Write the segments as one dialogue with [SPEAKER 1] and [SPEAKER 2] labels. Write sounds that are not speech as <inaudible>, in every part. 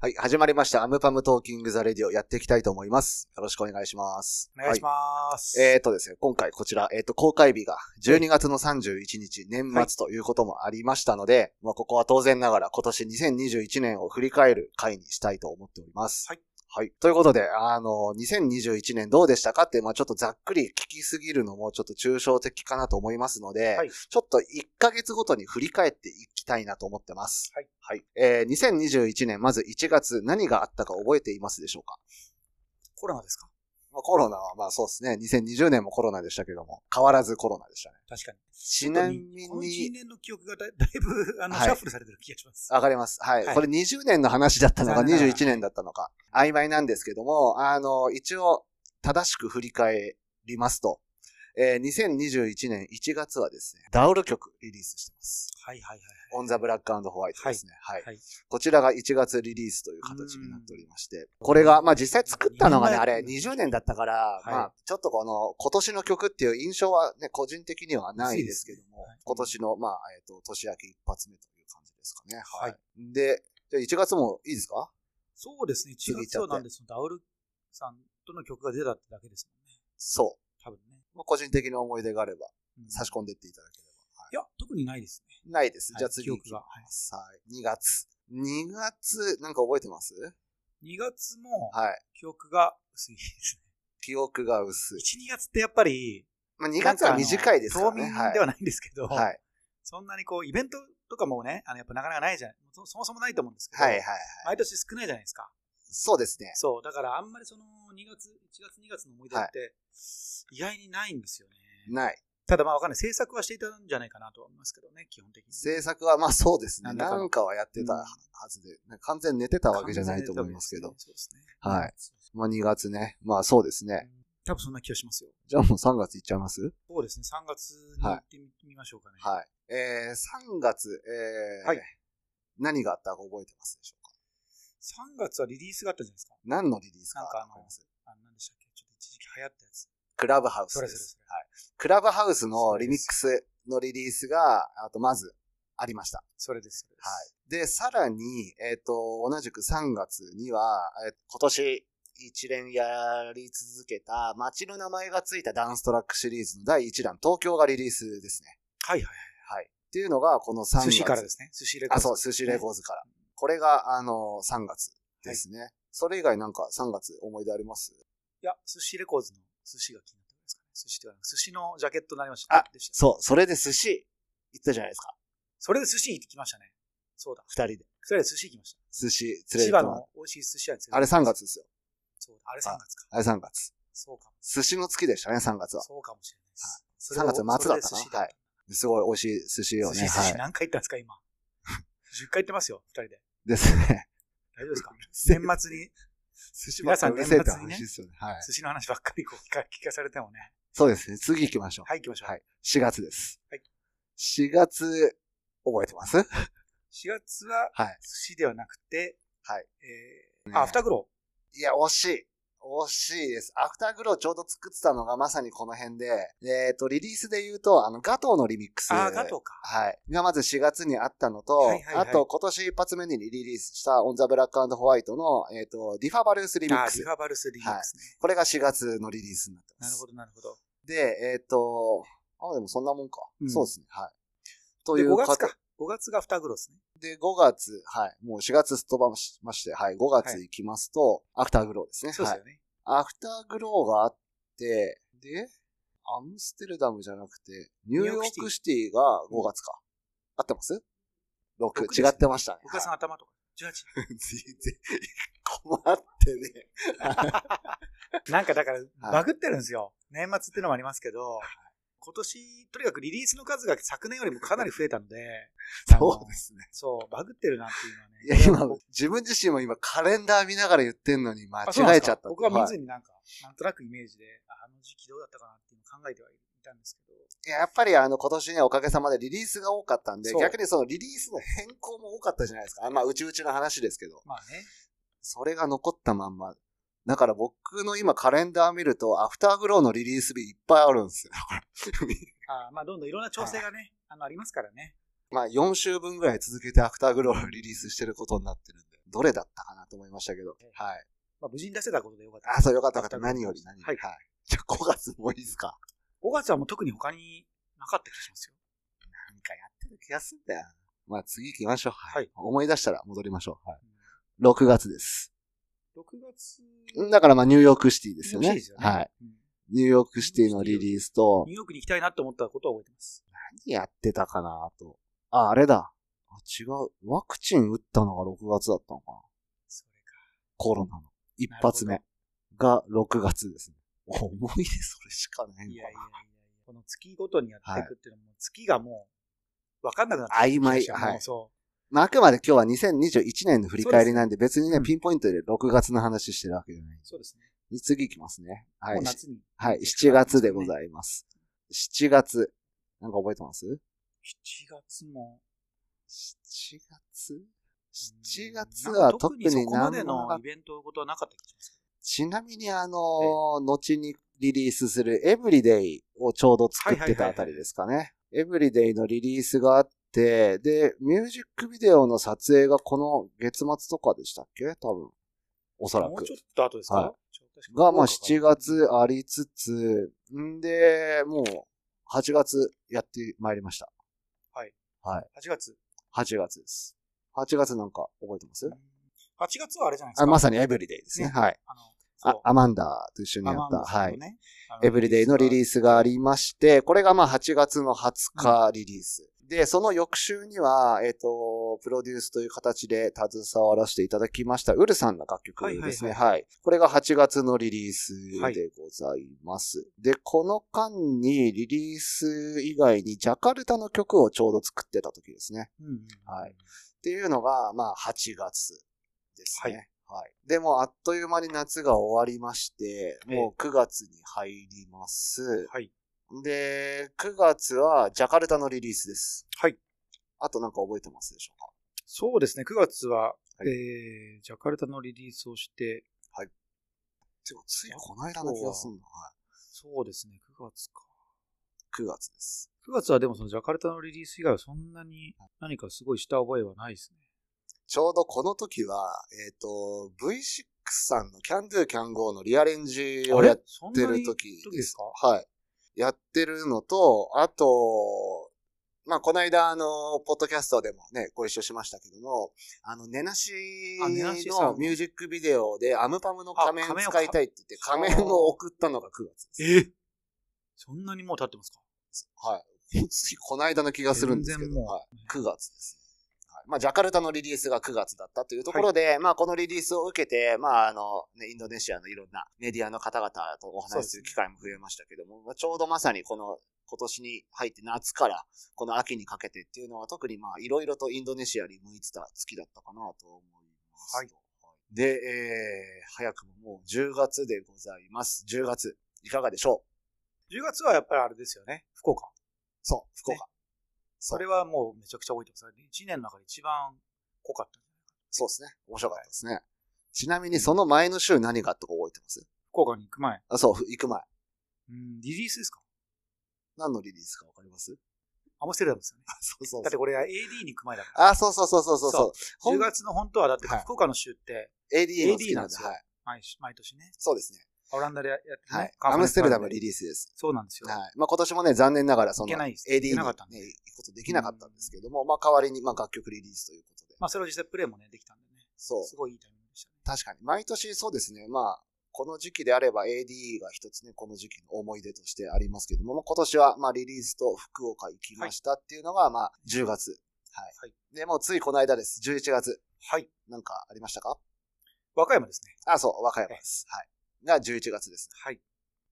[SPEAKER 1] はい、始まりました。アムパムトーキングザレディオやっていきたいと思います。よろしくお願いします。
[SPEAKER 2] お願いします。
[SPEAKER 1] はいえーとですね、今回こちら、えーと、公開日が12月の31日、年末ということもありましたので、まあ、ここは当然ながら今年2021年を振り返る回にしたいと思っております。
[SPEAKER 2] はい。
[SPEAKER 1] はい。ということで、あの、2021年どうでしたかって、まあ、ちょっとざっくり聞きすぎるのもちょっと抽象的かなと思いますので、
[SPEAKER 2] はい
[SPEAKER 1] ちょっと1ヶ月ごとに振り返っていきたいなと思ってます。
[SPEAKER 2] はい。
[SPEAKER 1] はい。えー、2021年、まず1月、何があったか覚えていますでしょうか
[SPEAKER 2] コロナですか
[SPEAKER 1] まあ、コロナはまあそうですね。2020年もコロナでしたけども、変わらずコロナでしたね。
[SPEAKER 2] 確かに。
[SPEAKER 1] ちなみ
[SPEAKER 2] この1
[SPEAKER 1] に、
[SPEAKER 2] 年の記憶がだだいぶ、あの、
[SPEAKER 1] はい
[SPEAKER 2] シャッフルされてる気がします。
[SPEAKER 1] 上がります。はい。
[SPEAKER 2] はい
[SPEAKER 1] これ20年の話だったのか
[SPEAKER 2] 残念ながら
[SPEAKER 1] 21年だったのか、曖昧なんですけども、あの、一応、正しく振り返りますと、えー2021年1月はですね、ダウル曲リリースしてます。
[SPEAKER 2] はいはいはいはい。
[SPEAKER 1] オンザブラックホワイトですね。はい。
[SPEAKER 2] はい
[SPEAKER 1] こちらが1月リリースという形になっておりまして、これが、まあ実際作ったのがね、
[SPEAKER 2] 20
[SPEAKER 1] あ
[SPEAKER 2] 年前
[SPEAKER 1] れ20年だったから、
[SPEAKER 2] い
[SPEAKER 1] まあちょっとこの今年の曲っていう印象はね、個人的にはないですけども、
[SPEAKER 2] はい
[SPEAKER 1] 今年の、まあ、えっ、と、年明け一発目という感じですかね。はい。
[SPEAKER 2] は
[SPEAKER 1] で、じゃあ1月もいいですか
[SPEAKER 2] そうですね。1
[SPEAKER 1] 過ぎ
[SPEAKER 2] 月
[SPEAKER 1] ちゃっ
[SPEAKER 2] は
[SPEAKER 1] て
[SPEAKER 2] なんで、そのダウルさんとの曲が出たってだけですもんね。
[SPEAKER 1] そ
[SPEAKER 2] 多分ね。
[SPEAKER 1] う。まあ個人的な思い出があれば、
[SPEAKER 2] うん
[SPEAKER 1] 差し込んでっていただければ。はい
[SPEAKER 2] いや、特にないですね。
[SPEAKER 1] ないです。
[SPEAKER 2] はい
[SPEAKER 1] じゃあ次
[SPEAKER 2] 記
[SPEAKER 1] 行
[SPEAKER 2] 憶
[SPEAKER 1] き
[SPEAKER 2] が。
[SPEAKER 1] ま
[SPEAKER 2] は
[SPEAKER 1] す。はい。2月。2月、なんか覚えてます
[SPEAKER 2] い、2月も、
[SPEAKER 1] はい。
[SPEAKER 2] 記憶が薄いです
[SPEAKER 1] 記憶が薄
[SPEAKER 2] ね。
[SPEAKER 1] い。
[SPEAKER 2] 1、2月ってやっぱり、
[SPEAKER 1] まあ2月は短いですからね。
[SPEAKER 2] なんかあの冬眠ではないんですけど、
[SPEAKER 1] はい。はい。
[SPEAKER 2] そんなにこう、イベントとかもね、あの、やっぱなかなかないじゃない。そそもそもないと思うんですけど、
[SPEAKER 1] はいはい。
[SPEAKER 2] 毎年少ないじゃないですか。
[SPEAKER 1] そうですね。
[SPEAKER 2] そう、だからあんまりその2月、1月、2月の思い出って、意外にないんですよね。
[SPEAKER 1] ない。
[SPEAKER 2] ただまあわかんない。制作はしていたんじゃないかなとは思いますけどね、基本的に。
[SPEAKER 1] 制作は、まあそうですね。
[SPEAKER 2] なんだか
[SPEAKER 1] な
[SPEAKER 2] の
[SPEAKER 1] んかはやってた
[SPEAKER 2] うん
[SPEAKER 1] はずで、なんか完全に寝てたわけじゃないと思いますけど。
[SPEAKER 2] そうですね。
[SPEAKER 1] はい。まあ2月ね。まあそうですね。
[SPEAKER 2] 多分そんな気がしますよ。
[SPEAKER 1] じゃあもう3月いっちゃいます
[SPEAKER 2] そうですね。3月に行ってみ,、ましょうかね。
[SPEAKER 1] はい。えー、3月、えー、
[SPEAKER 2] はい
[SPEAKER 1] 何があったか覚えてますでしょうか
[SPEAKER 2] 3月はリリースがあったじゃないですか。
[SPEAKER 1] 何のリリースか
[SPEAKER 2] なんかあの
[SPEAKER 1] わります
[SPEAKER 2] あの、なんでしたっけちょっと一時期流行ったやつ。
[SPEAKER 1] クラブハウスで
[SPEAKER 2] それそ
[SPEAKER 1] す。はい。クラブハウスのリミックスのリリースが、あとまずありました。
[SPEAKER 2] それです。それです
[SPEAKER 1] はい。で、さらに、えっ、と、同じく3月には、えー今年一連やり続けた街の名前がついたダンストラックシリーズの第1弾、東京がリリースですね。
[SPEAKER 2] はいはい
[SPEAKER 1] はい。っていうのが、この3
[SPEAKER 2] はい。
[SPEAKER 1] 月。。
[SPEAKER 2] 寿司からですすね。寿司レコー
[SPEAKER 1] あ、
[SPEAKER 2] ド
[SPEAKER 1] そう、寿司レコーズから。これが、あの、3月ですね。それ以外なんか3月思い出あります
[SPEAKER 2] いや、寿司レコーズの寿司が気になってますかね。寿司っていうか、寿司のジャケットになりました。
[SPEAKER 1] あ
[SPEAKER 2] でした
[SPEAKER 1] そう、それで寿司行ったじゃないですか。
[SPEAKER 2] それで寿司行ってきましたね。そうだ。
[SPEAKER 1] 二人で。
[SPEAKER 2] それで寿司行きまし
[SPEAKER 1] 寿司連れ
[SPEAKER 2] た。
[SPEAKER 1] てっ
[SPEAKER 2] 千
[SPEAKER 1] て
[SPEAKER 2] 葉
[SPEAKER 1] もらう
[SPEAKER 2] の美味しい寿司屋に連れて
[SPEAKER 1] あれ3月ですよ。
[SPEAKER 2] そうだ。あれ3月か。
[SPEAKER 1] あれ3月。
[SPEAKER 2] そうかも。
[SPEAKER 1] 寿司の月でしたね、3月は。
[SPEAKER 2] そうかもしれないです。それ
[SPEAKER 1] 3
[SPEAKER 2] を
[SPEAKER 1] 月末だった
[SPEAKER 2] そ
[SPEAKER 1] な
[SPEAKER 2] れで寿司だ
[SPEAKER 1] はいすごい美味しい寿司を
[SPEAKER 2] 寿司、
[SPEAKER 1] ね。
[SPEAKER 2] 寿司
[SPEAKER 1] は
[SPEAKER 2] 何回行ったんですか、
[SPEAKER 1] <laughs>
[SPEAKER 2] 今。10回行ってますよ、二人で。
[SPEAKER 1] い。ですね。
[SPEAKER 2] 大丈夫で
[SPEAKER 1] <laughs>
[SPEAKER 2] すか
[SPEAKER 1] せえ
[SPEAKER 2] 年末に
[SPEAKER 1] 寿司
[SPEAKER 2] ばっかり
[SPEAKER 1] 皆さんうるせえって
[SPEAKER 2] 年末にね
[SPEAKER 1] 話ですよね。はい。
[SPEAKER 2] 寿司の話ばっかりこう聞か聞かされてもね。
[SPEAKER 1] そうですね。次行きましょう。
[SPEAKER 2] はい、行きましょう。
[SPEAKER 1] はい。4月です。
[SPEAKER 2] はい。
[SPEAKER 1] 4月、覚えてます
[SPEAKER 2] 4月は
[SPEAKER 1] はい。
[SPEAKER 2] 寿司ではなくて、
[SPEAKER 1] はい。
[SPEAKER 2] えー、あ、アフタグロ
[SPEAKER 1] いや、惜しい。惜しいです。アフターグローちょうど作ってたのがまさにこの辺で、えっ、と、リリースで言うと、あの、ガトーのリミックス。
[SPEAKER 2] ー。あー、ガトーか。
[SPEAKER 1] はい。がまず4月にあったのと、
[SPEAKER 2] はいはいはい
[SPEAKER 1] あと今年一発目にリリースしたオンザブラックホワイトの、えっ、と、ディファバルースリミッ
[SPEAKER 2] あ
[SPEAKER 1] ク
[SPEAKER 2] ー、リ
[SPEAKER 1] ス。
[SPEAKER 2] ファバルスリミックスね。
[SPEAKER 1] これが4月のリリースになってま
[SPEAKER 2] な
[SPEAKER 1] す。
[SPEAKER 2] るほど、なるほど。
[SPEAKER 1] で、えっ、と、あ、でもそんなもんか。
[SPEAKER 2] うん
[SPEAKER 1] そうですね。はい。と
[SPEAKER 2] で、
[SPEAKER 1] いう
[SPEAKER 2] 5月
[SPEAKER 1] か
[SPEAKER 2] か。5月がアフタグロですね。
[SPEAKER 1] で、5月、はい。もう4月すっ飛ばしまして、はい。5月行きますと、アフターグローですね。
[SPEAKER 2] そうで
[SPEAKER 1] はい
[SPEAKER 2] すよ。ね。
[SPEAKER 1] アフターグローがあって、で、アムステルダムじゃなくて、ニューヨークシティが5月か。合ってます ?6。
[SPEAKER 2] 六です
[SPEAKER 1] 違ってましたね。
[SPEAKER 2] お母さん
[SPEAKER 1] はい <laughs>
[SPEAKER 2] 頭とか。18。
[SPEAKER 1] 全然、困ってね。
[SPEAKER 2] なんかだから、バグってるんですよ。年末ってのもありますけど、今年、とにかくリリースの数が昨年よりもかなり増えたので、
[SPEAKER 1] そうですね。
[SPEAKER 2] そう、バグってるなっていうのはね。
[SPEAKER 1] いや、今、自分自身も今カレンダー見ながら言ってんのに間
[SPEAKER 2] あそうなん
[SPEAKER 1] 違
[SPEAKER 2] で
[SPEAKER 1] え
[SPEAKER 2] す
[SPEAKER 1] ちゃ
[SPEAKER 2] か
[SPEAKER 1] った。
[SPEAKER 2] 僕は見
[SPEAKER 1] い
[SPEAKER 2] ずになんか、なんとなくイメージで、ああの時期どうだったかなっていうのを考えてはいたんですけど、
[SPEAKER 1] いややっぱりあの今年ね、おかげさまでリリースが多かったんで、
[SPEAKER 2] そう
[SPEAKER 1] 逆にそのリリースの変更も多かったじゃないですか。あまあ、うちうちの話ですけど。
[SPEAKER 2] まあね、
[SPEAKER 1] それが残ったまんま。だから僕の今カレンダー見ると、アフターグローのリリース日いっぱいあるんですよ。 <laughs>
[SPEAKER 2] ああまあどんどんいろんな調整がね、あの、ありますからね。
[SPEAKER 1] まあ4週分ぐらい続けてアフターグローをリリースしてることになってるんで、どれだったかなと思いましたけど。はい。
[SPEAKER 2] まあ、無事に出せたことでよかった。
[SPEAKER 1] あ、そう、よかったよかった。
[SPEAKER 2] アフターグロー
[SPEAKER 1] 何より何より。
[SPEAKER 2] はい
[SPEAKER 1] はい。じゃあ5月もいいですか
[SPEAKER 2] 5月はもう特に他になかった気がしますよ。
[SPEAKER 1] なんかやってる気がすんだよな。まあ次行きましょう。は
[SPEAKER 2] はいい。
[SPEAKER 1] 思い出したら戻りましょう。はい。6月です。
[SPEAKER 2] 6月、
[SPEAKER 1] だからまあニューヨークシティですよね。
[SPEAKER 2] ニューヨークシティですよね
[SPEAKER 1] はい。
[SPEAKER 2] うん
[SPEAKER 1] ニューヨークシティのリリースと
[SPEAKER 2] ニュー、ヨークに行きたいなって思ったことは覚えてます。
[SPEAKER 1] 何やってたかなと。あ、あれだ。あ、違う。ワクチン打ったのが6月だったのかな。
[SPEAKER 2] それか。
[SPEAKER 1] コロナの。一発目が6月ですね。思い出それしかない
[SPEAKER 2] いやいやい
[SPEAKER 1] の
[SPEAKER 2] やい
[SPEAKER 1] か
[SPEAKER 2] や。この月ごとにやっていくっていうのも、月がもう、わかんなくなって
[SPEAKER 1] な。曖昧。
[SPEAKER 2] きました
[SPEAKER 1] は
[SPEAKER 2] も。
[SPEAKER 1] いう
[SPEAKER 2] そ
[SPEAKER 1] まあ、あくまで今日は2021年の振り返りなんで、別にね、
[SPEAKER 2] うん。。
[SPEAKER 1] ピンポイントで6月の話してるわけじゃないう
[SPEAKER 2] そうですね。
[SPEAKER 1] で次行きますね。は
[SPEAKER 2] も
[SPEAKER 1] い。
[SPEAKER 2] う夏に。
[SPEAKER 1] はい。7月でございます。7月。なんか覚えてます
[SPEAKER 2] 7月も。
[SPEAKER 1] ?7 月 ?7 月は特に
[SPEAKER 2] なんかそこま
[SPEAKER 1] 何
[SPEAKER 2] で
[SPEAKER 1] もなか
[SPEAKER 2] の
[SPEAKER 1] っ
[SPEAKER 2] イベントことはなかった気がします。
[SPEAKER 1] ちなみにあのー後にリリースするエブリデイをちょうど作ってたあたりですかね。エブリデイのリリースがあって、で、ミュージックビデオの撮影がこの月末とかでしたっけ多分。おそら
[SPEAKER 2] も
[SPEAKER 1] く
[SPEAKER 2] うち。ょっと後ですか、
[SPEAKER 1] はい
[SPEAKER 2] ちょ確か
[SPEAKER 1] が、まあ
[SPEAKER 2] 福岡
[SPEAKER 1] 7
[SPEAKER 2] かな
[SPEAKER 1] 月ありつつ、んで、もう8月やってまいりました。
[SPEAKER 2] 8月。
[SPEAKER 1] 8月です。8月なんか覚えてます
[SPEAKER 2] 8月はあれじゃないですか。
[SPEAKER 1] あまさにエブリデイですね。
[SPEAKER 2] ね
[SPEAKER 1] はい。
[SPEAKER 2] あの、
[SPEAKER 1] あ
[SPEAKER 2] そう、
[SPEAKER 1] アマンダーと一緒にやった。はい。エブリデイのリ
[SPEAKER 2] ー
[SPEAKER 1] リースがありまして、これがまあ8月の20日リリース。で、その翌週には、えっ、と、プロデュースという形で携わらせていただきました、ウルさんの楽曲ですね。
[SPEAKER 2] は
[SPEAKER 1] はいい
[SPEAKER 2] は
[SPEAKER 1] これが8月のリリースでございます。で、この間にリリース以外にジャカルタの曲をちょうど作ってた時ですね。
[SPEAKER 2] うんうん、
[SPEAKER 1] はい。っていうのが、まあ、8月です
[SPEAKER 2] は
[SPEAKER 1] ね。はい。でも、あっという間に夏が終わりまして、
[SPEAKER 2] ええ
[SPEAKER 1] もう9月に入ります。
[SPEAKER 2] はい。
[SPEAKER 1] で、9月はジャカルタのリリースです。
[SPEAKER 2] はい。
[SPEAKER 1] あとなんか覚えてますでしょうか
[SPEAKER 2] そうですね、9月は、
[SPEAKER 1] い
[SPEAKER 2] えー、ジャカルタのリリースをして、
[SPEAKER 1] でも、ついこの間の気がするの。は
[SPEAKER 2] そうですね、9月か。
[SPEAKER 1] い。9月です。
[SPEAKER 2] 9月はでもそのジャカルタのリリース以外はそんなに何かすごいした覚えはないですね。
[SPEAKER 1] ちょうどこの時は、えっ、と、V6 さんの Can Do Can Go のリアレンジをやっ
[SPEAKER 2] そ
[SPEAKER 1] や
[SPEAKER 2] ん
[SPEAKER 1] って
[SPEAKER 2] な
[SPEAKER 1] る
[SPEAKER 2] に
[SPEAKER 1] 時
[SPEAKER 2] 時ですか
[SPEAKER 1] はい。やってるのと、あと、まあ、この間、あの、ポッドキャストでもね、ご一緒しましたけども、あの、ネナシ
[SPEAKER 2] あ根無しさん
[SPEAKER 1] のミュージックビデオでアムパムの仮面
[SPEAKER 2] あ仮面を
[SPEAKER 1] 使いたいって言って、仮面を送ったのが9月です。
[SPEAKER 2] えーそんなにもう経ってますか
[SPEAKER 1] はい。つい <laughs> この間の気がするんですけ
[SPEAKER 2] 全
[SPEAKER 1] ど、
[SPEAKER 2] 然もう
[SPEAKER 1] はい、9月ですね。はいまあ、ジャカルタのリリースが9月だったというところで、まあ、このリリースを受けて、まあ、あの、ね、インドネシアのいろんなメディアの方々とお話しする機会も増えましたけども、まあちょうどまさにこの、今年に入って夏からこの秋にかけてっていうのは特にまあいろいろとインドネシアに向いてた月だったかなと思います。
[SPEAKER 2] はい
[SPEAKER 1] で、えー、早くももう10月でございます。10月、いかがでしょう
[SPEAKER 2] ?10 月はやっぱりあれですよね、福岡。
[SPEAKER 1] そう、福岡。
[SPEAKER 2] ねそれはもうめちゃくちゃ覚えてます。1年の中で一番濃かった。
[SPEAKER 1] そうですね。面白かったですね。ちなみにその前の週何があったか覚えてます
[SPEAKER 2] 福岡に行く前。
[SPEAKER 1] あ、そう、行く前。
[SPEAKER 2] うん、リリースですか
[SPEAKER 1] 何のリリースかわかります <laughs>
[SPEAKER 2] アムステルダムですよね。
[SPEAKER 1] あ、そうそう
[SPEAKER 2] だってこれ AD に行く前だから。
[SPEAKER 1] あ、そうそうそうそうそうそうほん
[SPEAKER 2] 10月の本当はだって
[SPEAKER 1] はい
[SPEAKER 2] 福岡の州って、
[SPEAKER 1] AD の好きなんで
[SPEAKER 2] AD
[SPEAKER 1] す。はい。
[SPEAKER 2] 毎週毎年ね、
[SPEAKER 1] そうですね。
[SPEAKER 2] オランダでやってね、
[SPEAKER 1] はい。
[SPEAKER 2] カン
[SPEAKER 1] ア
[SPEAKER 2] ファレ
[SPEAKER 1] ム
[SPEAKER 2] ン
[SPEAKER 1] ステルダムリ
[SPEAKER 2] ー
[SPEAKER 1] リースです。
[SPEAKER 2] ス。そうなんですよ。
[SPEAKER 1] はい。まあ今年もね、残念ながらそ
[SPEAKER 2] 行け
[SPEAKER 1] の
[SPEAKER 2] な
[SPEAKER 1] AD
[SPEAKER 2] い
[SPEAKER 1] に
[SPEAKER 2] です
[SPEAKER 1] ね、
[SPEAKER 2] 行けなか
[SPEAKER 1] 行
[SPEAKER 2] ったんで
[SPEAKER 1] くことできなかったんですけども、まあ代わりにまあ楽曲リリースということで。
[SPEAKER 2] まあそれを実際プレイもね、できたんでね。
[SPEAKER 1] そう。
[SPEAKER 2] すごいいいタイミングでしたね。
[SPEAKER 1] 確かに。毎年そうですね。まあ、この時期であれば AD が一つね、この時期の思い出としてありますけども、まあ今年はまあリリースと福岡行きましたっていうのが、まあ10月。はい。
[SPEAKER 2] はい
[SPEAKER 1] で、もうついこの間です。11月。
[SPEAKER 2] はい。
[SPEAKER 1] なんかありましたか
[SPEAKER 2] 和歌山ですね。
[SPEAKER 1] あ、そう、和歌山です。はい。が11月ですね。
[SPEAKER 2] はい。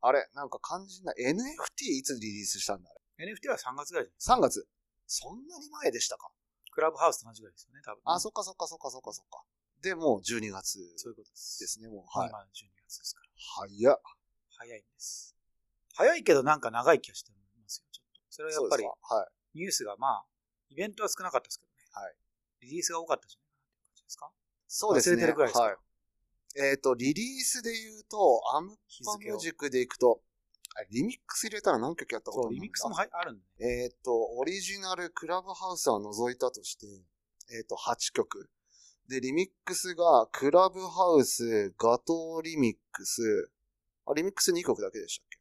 [SPEAKER 1] あれ、なんか肝心な NFT いつリリースしたんだあれ
[SPEAKER 2] NFT は3月ぐらいじゃないですか。
[SPEAKER 1] ?3 月。そんなに前でしたか
[SPEAKER 2] クラブハウスと同じぐらいですよね、多分、ね。
[SPEAKER 1] あ、そっかそっかそっかそっかそっか。で、もう12月
[SPEAKER 2] そういうことです。
[SPEAKER 1] ですね、もう。は
[SPEAKER 2] まあ
[SPEAKER 1] い。
[SPEAKER 2] 今12月ですから。
[SPEAKER 1] 早っ。
[SPEAKER 2] 早いんです。早いけどなんか長い気がしてますよ、ちょっと。それはや
[SPEAKER 1] そ
[SPEAKER 2] っ
[SPEAKER 1] う
[SPEAKER 2] ぱ
[SPEAKER 1] で
[SPEAKER 2] り
[SPEAKER 1] すかはい。
[SPEAKER 2] ニュースがまあ、イベントは少なかったですけどね。
[SPEAKER 1] はい。
[SPEAKER 2] リリースが多かったんじゃないかなって感じですか
[SPEAKER 1] そうですね。
[SPEAKER 2] 忘れてるぐらいですか
[SPEAKER 1] はい。えっ、と、リリースで言うと、アム
[SPEAKER 2] 日
[SPEAKER 1] パミ
[SPEAKER 2] 付
[SPEAKER 1] ュ
[SPEAKER 2] を
[SPEAKER 1] ージックで行くと、あリミックス入れたら何曲やったこ
[SPEAKER 2] そ
[SPEAKER 1] と
[SPEAKER 2] う、リミックスもはいあるんだね。
[SPEAKER 1] えーっと、オリジナルクラブハウスは除いたとして、えーっと、8曲。で、リミックスが、クラブハウス、ガトーリミックス、あ、リミックス2曲だけでしたっけ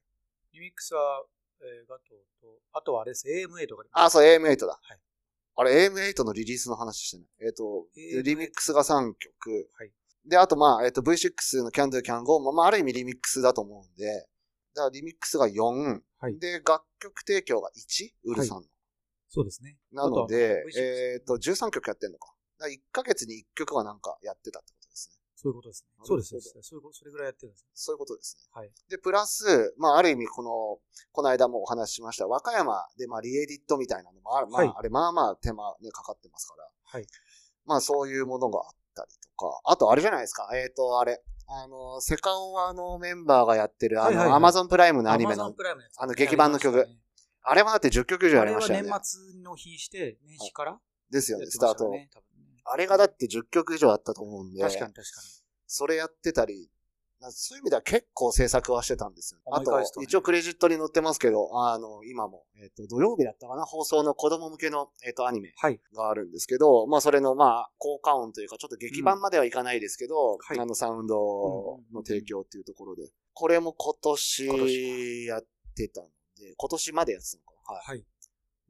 [SPEAKER 2] リミックスは、えー、ガトーと、あとはあれです、AMA とかで。
[SPEAKER 1] あ、そう、AM8 だ。
[SPEAKER 2] はい
[SPEAKER 1] あれ、AM8 のリリースの話してない。えーっと、
[SPEAKER 2] AM8
[SPEAKER 1] リミックスが3曲。
[SPEAKER 2] はい
[SPEAKER 1] で、あと、まあ、えーっと、V6 の Can Do Can Go も、まあ、ある意味リミックスだと思うんで、だからリミックスが4。
[SPEAKER 2] はい
[SPEAKER 1] で、楽曲提供が1、ウルさんの。
[SPEAKER 2] そうですね。
[SPEAKER 1] なので
[SPEAKER 2] あ、とは V6
[SPEAKER 1] えっ、と、13曲やってんのか。だ1ヶ月に1曲はなんかやってたってことですね。
[SPEAKER 2] そういうことですね。
[SPEAKER 1] なるほど
[SPEAKER 2] そうです。そうですそういうことそれぐらいやってるんですね。
[SPEAKER 1] そういうことですね。
[SPEAKER 2] はい。
[SPEAKER 1] で、プラス、まあ、ある意味、この、この間もお話ししました、和歌山で、まあ、リエディットみたいなのもある、まあ、
[SPEAKER 2] はい
[SPEAKER 1] あれ、まあまあ手間ね、かかってますから。
[SPEAKER 2] はい。
[SPEAKER 1] まあ、そういうものがあったりとか、あと、あれじゃないですか、えっ、と、あれ、あの、セカオワのメンバーがやってる、あ
[SPEAKER 2] はいはい
[SPEAKER 1] の、
[SPEAKER 2] は
[SPEAKER 1] ア
[SPEAKER 2] い
[SPEAKER 1] マゾンプライムのアニメ
[SPEAKER 2] Amazon
[SPEAKER 1] の、
[SPEAKER 2] プライムやつ
[SPEAKER 1] あの劇版の曲
[SPEAKER 2] やりましたね
[SPEAKER 1] あれはだって10曲以上や
[SPEAKER 2] あ
[SPEAKER 1] り
[SPEAKER 2] れ
[SPEAKER 1] まし
[SPEAKER 2] は
[SPEAKER 1] たよ
[SPEAKER 2] 年
[SPEAKER 1] ね。
[SPEAKER 2] 末の日して、年始から
[SPEAKER 1] ですよ
[SPEAKER 2] や
[SPEAKER 1] ね、
[SPEAKER 2] ってまし
[SPEAKER 1] スタ
[SPEAKER 2] た
[SPEAKER 1] ー
[SPEAKER 2] よ
[SPEAKER 1] ト。
[SPEAKER 2] ね。多分ね
[SPEAKER 1] あれがだって10曲以上あったと思うんで。
[SPEAKER 2] 確かに確か
[SPEAKER 1] それやってたり、なそういう意味では結構制作はしてたんですよ、あ
[SPEAKER 2] 思い返す
[SPEAKER 1] と、
[SPEAKER 2] とね
[SPEAKER 1] 一応クレジットに載ってますけど、あの、今も、えっ、と、土曜日だったかな、放送の子供向けの、えっ、と、アニメ
[SPEAKER 2] に。はい。
[SPEAKER 1] があるんですけど、まあ、それの、まあ、効果音というか、ちょっと劇版まではいかないですけど、
[SPEAKER 2] はい
[SPEAKER 1] あの、サウンドの提供っていうところで、これも今
[SPEAKER 2] 今
[SPEAKER 1] 年
[SPEAKER 2] 年
[SPEAKER 1] やってたんで、今年までやってたのかな。はい。
[SPEAKER 2] はい。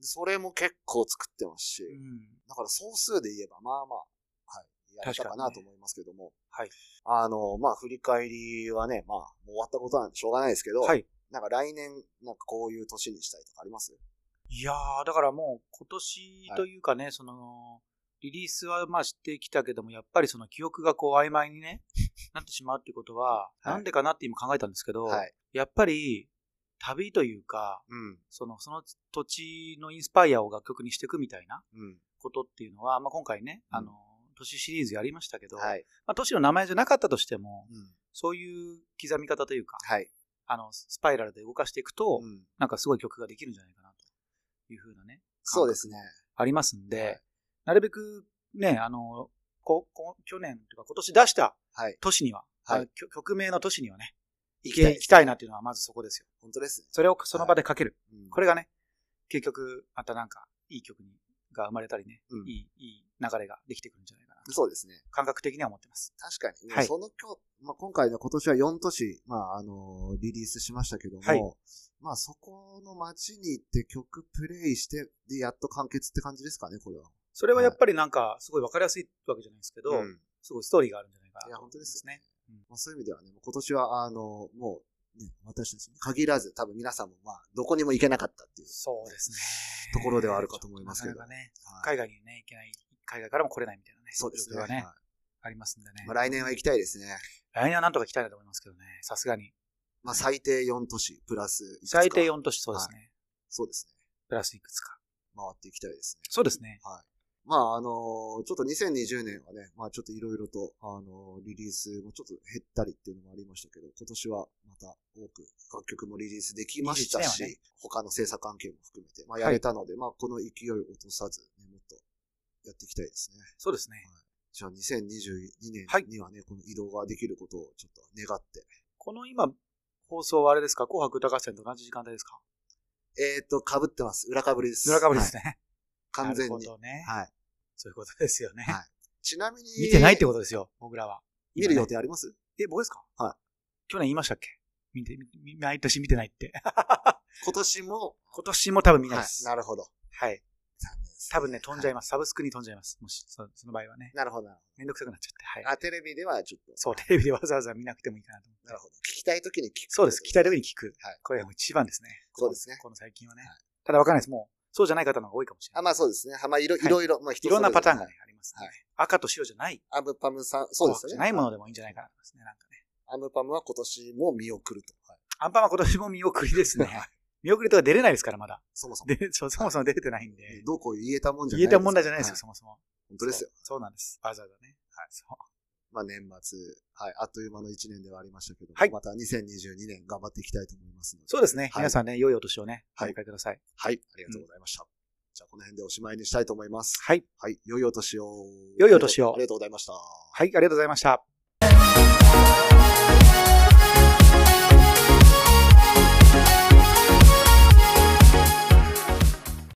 [SPEAKER 1] それも結構作ってますし、
[SPEAKER 2] うん。
[SPEAKER 1] だから総数で言えば、まあまあ、はい、やれたかな
[SPEAKER 2] 確かにね
[SPEAKER 1] と思いますけども。
[SPEAKER 2] はい。
[SPEAKER 1] あの、まあ、振り返りはね、まあ、もう終わったことなんでしょうがないですけど、
[SPEAKER 2] はい。
[SPEAKER 1] なんか来年、なんかこういう年にしたいとかあります
[SPEAKER 2] いやー、だからもう今年というかね、その、リリースはまあ知ってきたけども、やっぱりその記憶がこう曖昧
[SPEAKER 1] <laughs>
[SPEAKER 2] にね、なってしまうっていうことは、
[SPEAKER 1] はい
[SPEAKER 2] なんでかなって今考えたんですけど、
[SPEAKER 1] はい。
[SPEAKER 2] やっぱり旅というか、
[SPEAKER 1] うん。
[SPEAKER 2] その、その土地のインスパイアを楽曲にしていくみたいな
[SPEAKER 1] うん。
[SPEAKER 2] ことっていうのは、まあ今回ね、
[SPEAKER 1] うん
[SPEAKER 2] あの、都市シリーズやりましたけど、
[SPEAKER 1] はい。
[SPEAKER 2] まあ都市の名前じゃなかったとしても、
[SPEAKER 1] うん。
[SPEAKER 2] そういう刻み方というか、
[SPEAKER 1] はい。
[SPEAKER 2] あの、スパイラルで動かしていくと、
[SPEAKER 1] うん
[SPEAKER 2] なんかすごい曲ができるんじゃないかなというふうなね、
[SPEAKER 1] そうですね。
[SPEAKER 2] ありますんで、
[SPEAKER 1] はい
[SPEAKER 2] なるべくね、あの、ここ去年というか今年出した
[SPEAKER 1] はい。
[SPEAKER 2] 都市には、
[SPEAKER 1] はい
[SPEAKER 2] あの曲曲名の都市にはね、
[SPEAKER 1] 行
[SPEAKER 2] 行
[SPEAKER 1] きたい
[SPEAKER 2] け行きたいなっていうのはまずそこですよ。
[SPEAKER 1] 本当ですね。
[SPEAKER 2] それをその場でかける。
[SPEAKER 1] うん
[SPEAKER 2] これがね、結局、またなんか、いい曲にが生まれたりね、
[SPEAKER 1] うん
[SPEAKER 2] いい、いい流れができてくるんじゃないかな。
[SPEAKER 1] そうですね。
[SPEAKER 2] 感覚的には思ってます。
[SPEAKER 1] 確かに。
[SPEAKER 2] はい
[SPEAKER 1] その今日、まあ、今回の今年は4都市、まあ、あのリリースしましたけども、
[SPEAKER 2] はい
[SPEAKER 1] まあ、そこの街に行って曲プレイして、で、やっと完結って感じですかね、これは。
[SPEAKER 2] それはやっぱりなんか、すごいわかりやすいわけじゃないですけど、
[SPEAKER 1] ん
[SPEAKER 2] すごいストーリーがあるんじゃないかなと
[SPEAKER 1] いや本当ですよ
[SPEAKER 2] ね。
[SPEAKER 1] まあ、そういう意味ではね、今年は、あの、もう、ね、私たちに限らず、多分皆さんも、まあ、どこにも行けなかったっていう
[SPEAKER 2] そうですね。
[SPEAKER 1] ところではあるかと思いますけど。
[SPEAKER 2] なかなかね、
[SPEAKER 1] はい
[SPEAKER 2] 海外にね、行けない、海外からも来れないみたいなね、
[SPEAKER 1] そうですね。
[SPEAKER 2] 状況が
[SPEAKER 1] はい
[SPEAKER 2] ね、ありますんでね。
[SPEAKER 1] まあ、来年は行きたいですね。
[SPEAKER 2] 来年はなんとか行きたいなと思いますけどね、さすがに。
[SPEAKER 1] まあ、最低4都市、プラス、
[SPEAKER 2] 最低
[SPEAKER 1] 4。
[SPEAKER 2] 4都市そうですね。
[SPEAKER 1] そうですね。
[SPEAKER 2] プラスいくつか。
[SPEAKER 1] 回っていきたいですね。
[SPEAKER 2] そうですね。
[SPEAKER 1] まあ、あのちょっと2020年はね、まあ、ちょっといろいろと、あのリリースもちょっと減ったりっていうのもありましたけど、今年はまた多く楽曲もリリースできましたし、
[SPEAKER 2] 21年はね
[SPEAKER 1] 他の制作関係も含めて、まあ、
[SPEAKER 2] はい
[SPEAKER 1] やれたので、まあ、この勢いを落とさず、ね、もっとやっていきたいですね。
[SPEAKER 2] そうですね。
[SPEAKER 1] じゃあ、2022年
[SPEAKER 2] はい
[SPEAKER 1] にはね、この移動ができることをちょっと願って、
[SPEAKER 2] この今、放送はあれですか紅白歌合戦と同じ時間帯ですか
[SPEAKER 1] えっ、ー、と、被ってます。裏被りです。
[SPEAKER 2] 裏かぶりです
[SPEAKER 1] ね。
[SPEAKER 2] ね。
[SPEAKER 1] 完全
[SPEAKER 2] なる
[SPEAKER 1] に。
[SPEAKER 2] ほどね。
[SPEAKER 1] はい。
[SPEAKER 2] そういうことですよね。
[SPEAKER 1] はいちなみに、
[SPEAKER 2] 見てないってことですよ、僕らは。
[SPEAKER 1] 見る予定あります
[SPEAKER 2] え、僕ですか。
[SPEAKER 1] はい
[SPEAKER 2] 去年言いましたっけ見て、みみ毎年見てないって。 <laughs>
[SPEAKER 1] 今年も、
[SPEAKER 2] 今年も多分見ない
[SPEAKER 1] は
[SPEAKER 2] で
[SPEAKER 1] い。
[SPEAKER 2] す。
[SPEAKER 1] なるほど。
[SPEAKER 2] はい。
[SPEAKER 1] 残念ですね
[SPEAKER 2] 多分ね、飛んじゃいます。サブスクに飛んじゃいます。もし、そその場合はね。
[SPEAKER 1] なるほど、なる
[SPEAKER 2] めんどくさくなっちゃっ
[SPEAKER 1] ほ
[SPEAKER 2] て。
[SPEAKER 1] ど。
[SPEAKER 2] はい。
[SPEAKER 1] あ、テレビではちょっと。
[SPEAKER 2] そう、テレビでわざわざ見なくてもいいかなと思って
[SPEAKER 1] なるほど。聞きたいときに聞く。
[SPEAKER 2] そうです。聞きたい時に聞く。
[SPEAKER 1] はい
[SPEAKER 2] これがもう一番ですね。
[SPEAKER 1] そうですね
[SPEAKER 2] この最近はね
[SPEAKER 1] はい。
[SPEAKER 2] ただわかんないです。もう、そうじゃない方の方が多いかもしれな
[SPEAKER 1] あ、
[SPEAKER 2] い。
[SPEAKER 1] まあそうですね。はまあ、いろい
[SPEAKER 2] はい
[SPEAKER 1] ろいろ、まあ人
[SPEAKER 2] いろんなパターン
[SPEAKER 1] それ
[SPEAKER 2] が
[SPEAKER 1] ぞ
[SPEAKER 2] ね
[SPEAKER 1] れ、
[SPEAKER 2] ありますね
[SPEAKER 1] はい。
[SPEAKER 2] 赤と白じゃない。
[SPEAKER 1] アムパムさん、そうです
[SPEAKER 2] 紅白じ
[SPEAKER 1] よ
[SPEAKER 2] ゃ
[SPEAKER 1] ね。
[SPEAKER 2] ないものでもいいんじゃないかなと思いますね。なんかね。
[SPEAKER 1] アムパムは今年も見送ると。はい
[SPEAKER 2] アンパンは今年も見送りですね
[SPEAKER 1] は。
[SPEAKER 2] 見送りとか出れないですから、まだ。
[SPEAKER 1] そもそも。
[SPEAKER 2] で、そうそもそも出れてないんで。
[SPEAKER 1] どうこう言えたもんじゃない
[SPEAKER 2] 言えた問題じゃないですよ、
[SPEAKER 1] は
[SPEAKER 2] そもそも。
[SPEAKER 1] 本当ですよ。
[SPEAKER 2] そう。そうなんです。わざわざね。はい。そう。
[SPEAKER 1] まあ年末、はい、あっという間の1年ではありましたけど、
[SPEAKER 2] はい
[SPEAKER 1] また2022年頑張っていきたいと思いますので。
[SPEAKER 2] そうですね。
[SPEAKER 1] はい
[SPEAKER 2] 皆さんね、良いお年をね、
[SPEAKER 1] は
[SPEAKER 2] お
[SPEAKER 1] い
[SPEAKER 2] 迎えください。
[SPEAKER 1] はい、ありがとうございました。じゃあこの辺でおしまいにしたいと思います。
[SPEAKER 2] はい。
[SPEAKER 1] はい、良いお年を。
[SPEAKER 2] 良いお年を
[SPEAKER 1] ありがとうございました。
[SPEAKER 2] はい、ありがとうございました。